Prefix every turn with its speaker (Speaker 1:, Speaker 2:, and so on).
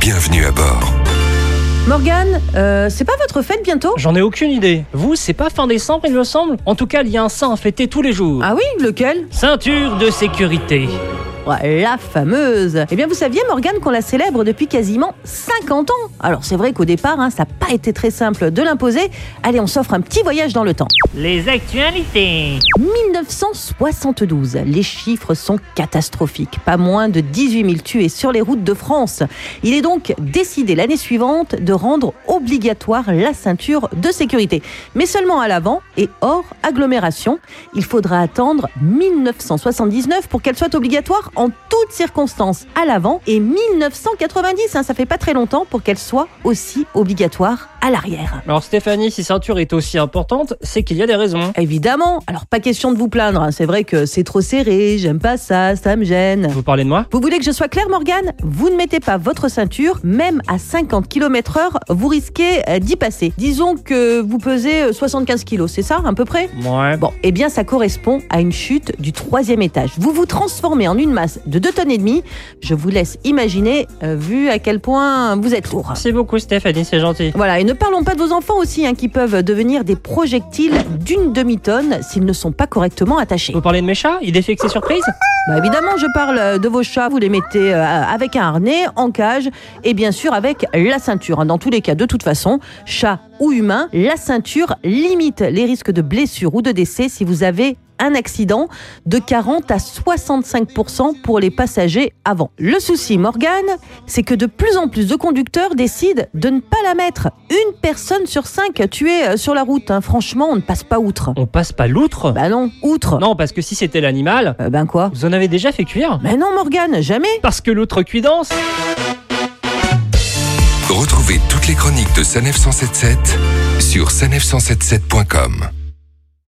Speaker 1: Bienvenue à bord.
Speaker 2: Morgane, euh, c'est pas votre fête bientôt
Speaker 3: J'en ai aucune idée. Vous, c'est pas fin décembre, il me semble En tout cas, il y a un saint à fêter tous les jours.
Speaker 2: Ah oui, lequel
Speaker 3: Ceinture de sécurité.
Speaker 2: Ouais, La fameuse Eh bien, vous saviez, Morgane, qu'on la célèbre depuis quasiment 50 ans Alors, c'est vrai qu'au départ, hein, ça n'a pas été très simple de l'imposer. Allez, on s'offre un petit voyage dans le temps.
Speaker 3: Les actualités.
Speaker 2: 1972. Les chiffres sont catastrophiques. Pas moins de 18 000 tués sur les routes de France. Il est donc décidé l'année suivante de rendre obligatoire la ceinture de sécurité, mais seulement à l'avant et hors agglomération. Il faudra attendre 1979 pour qu'elle soit obligatoire en toutes circonstances à l'avant et 1990, hein, ça fait pas très longtemps, pour qu'elle soit aussi obligatoire à l'arrière.
Speaker 3: Alors Stéphanie, si ceinture est aussi importante, c'est qu'il y a des raisons.
Speaker 2: Évidemment, alors pas question de vous plaindre, hein. c'est vrai que c'est trop serré, j'aime pas ça, ça me gêne.
Speaker 3: Vous parlez de moi
Speaker 2: Vous voulez que je sois claire, Morgane Vous ne mettez pas votre ceinture, même à 50 km/h, vous risquez euh, d'y passer. Disons que vous pesez euh, 75 kg, c'est ça, à peu près
Speaker 3: Ouais.
Speaker 2: Bon, eh bien, ça correspond à une chute du troisième étage. Vous vous transformez en une masse de 2 tonnes et demie. Je vous laisse imaginer, euh, vu à quel point vous êtes lourd.
Speaker 3: Merci beaucoup Stéphanie, c'est gentil.
Speaker 2: Voilà, et ne parlons pas de vos enfants aussi, hein, qui peuvent devenir des projectiles d'une demi-tonne s'ils ne sont pas correctement attachés.
Speaker 3: Vous parlez de mes chats Il défait que c'est surprise
Speaker 2: Bah, évidemment, je parle euh, de vos chats, vous les mettez euh, avec un harnais, en cage, et bien sûr avec la ceinture. hein. Dans tous les cas, de toute façon, chat ou humain, la ceinture limite les risques de blessure ou de décès si vous avez un accident de 40 à 65% pour les passagers avant. Le souci, Morgane, c'est que de plus en plus de conducteurs décident de ne pas la mettre. Une personne sur cinq tuée euh, sur la route. hein. Franchement, on ne passe pas outre.
Speaker 3: On passe pas l'outre
Speaker 2: Bah non, outre.
Speaker 3: Non, parce que si c'était l'animal,
Speaker 2: Euh, ben quoi
Speaker 3: vous en avez déjà fait cuire
Speaker 2: Mais non, Morgane, jamais
Speaker 3: Parce que l'outre cuidance
Speaker 1: Retrouvez toutes les chroniques de Sanef 177 sur sanef177.com.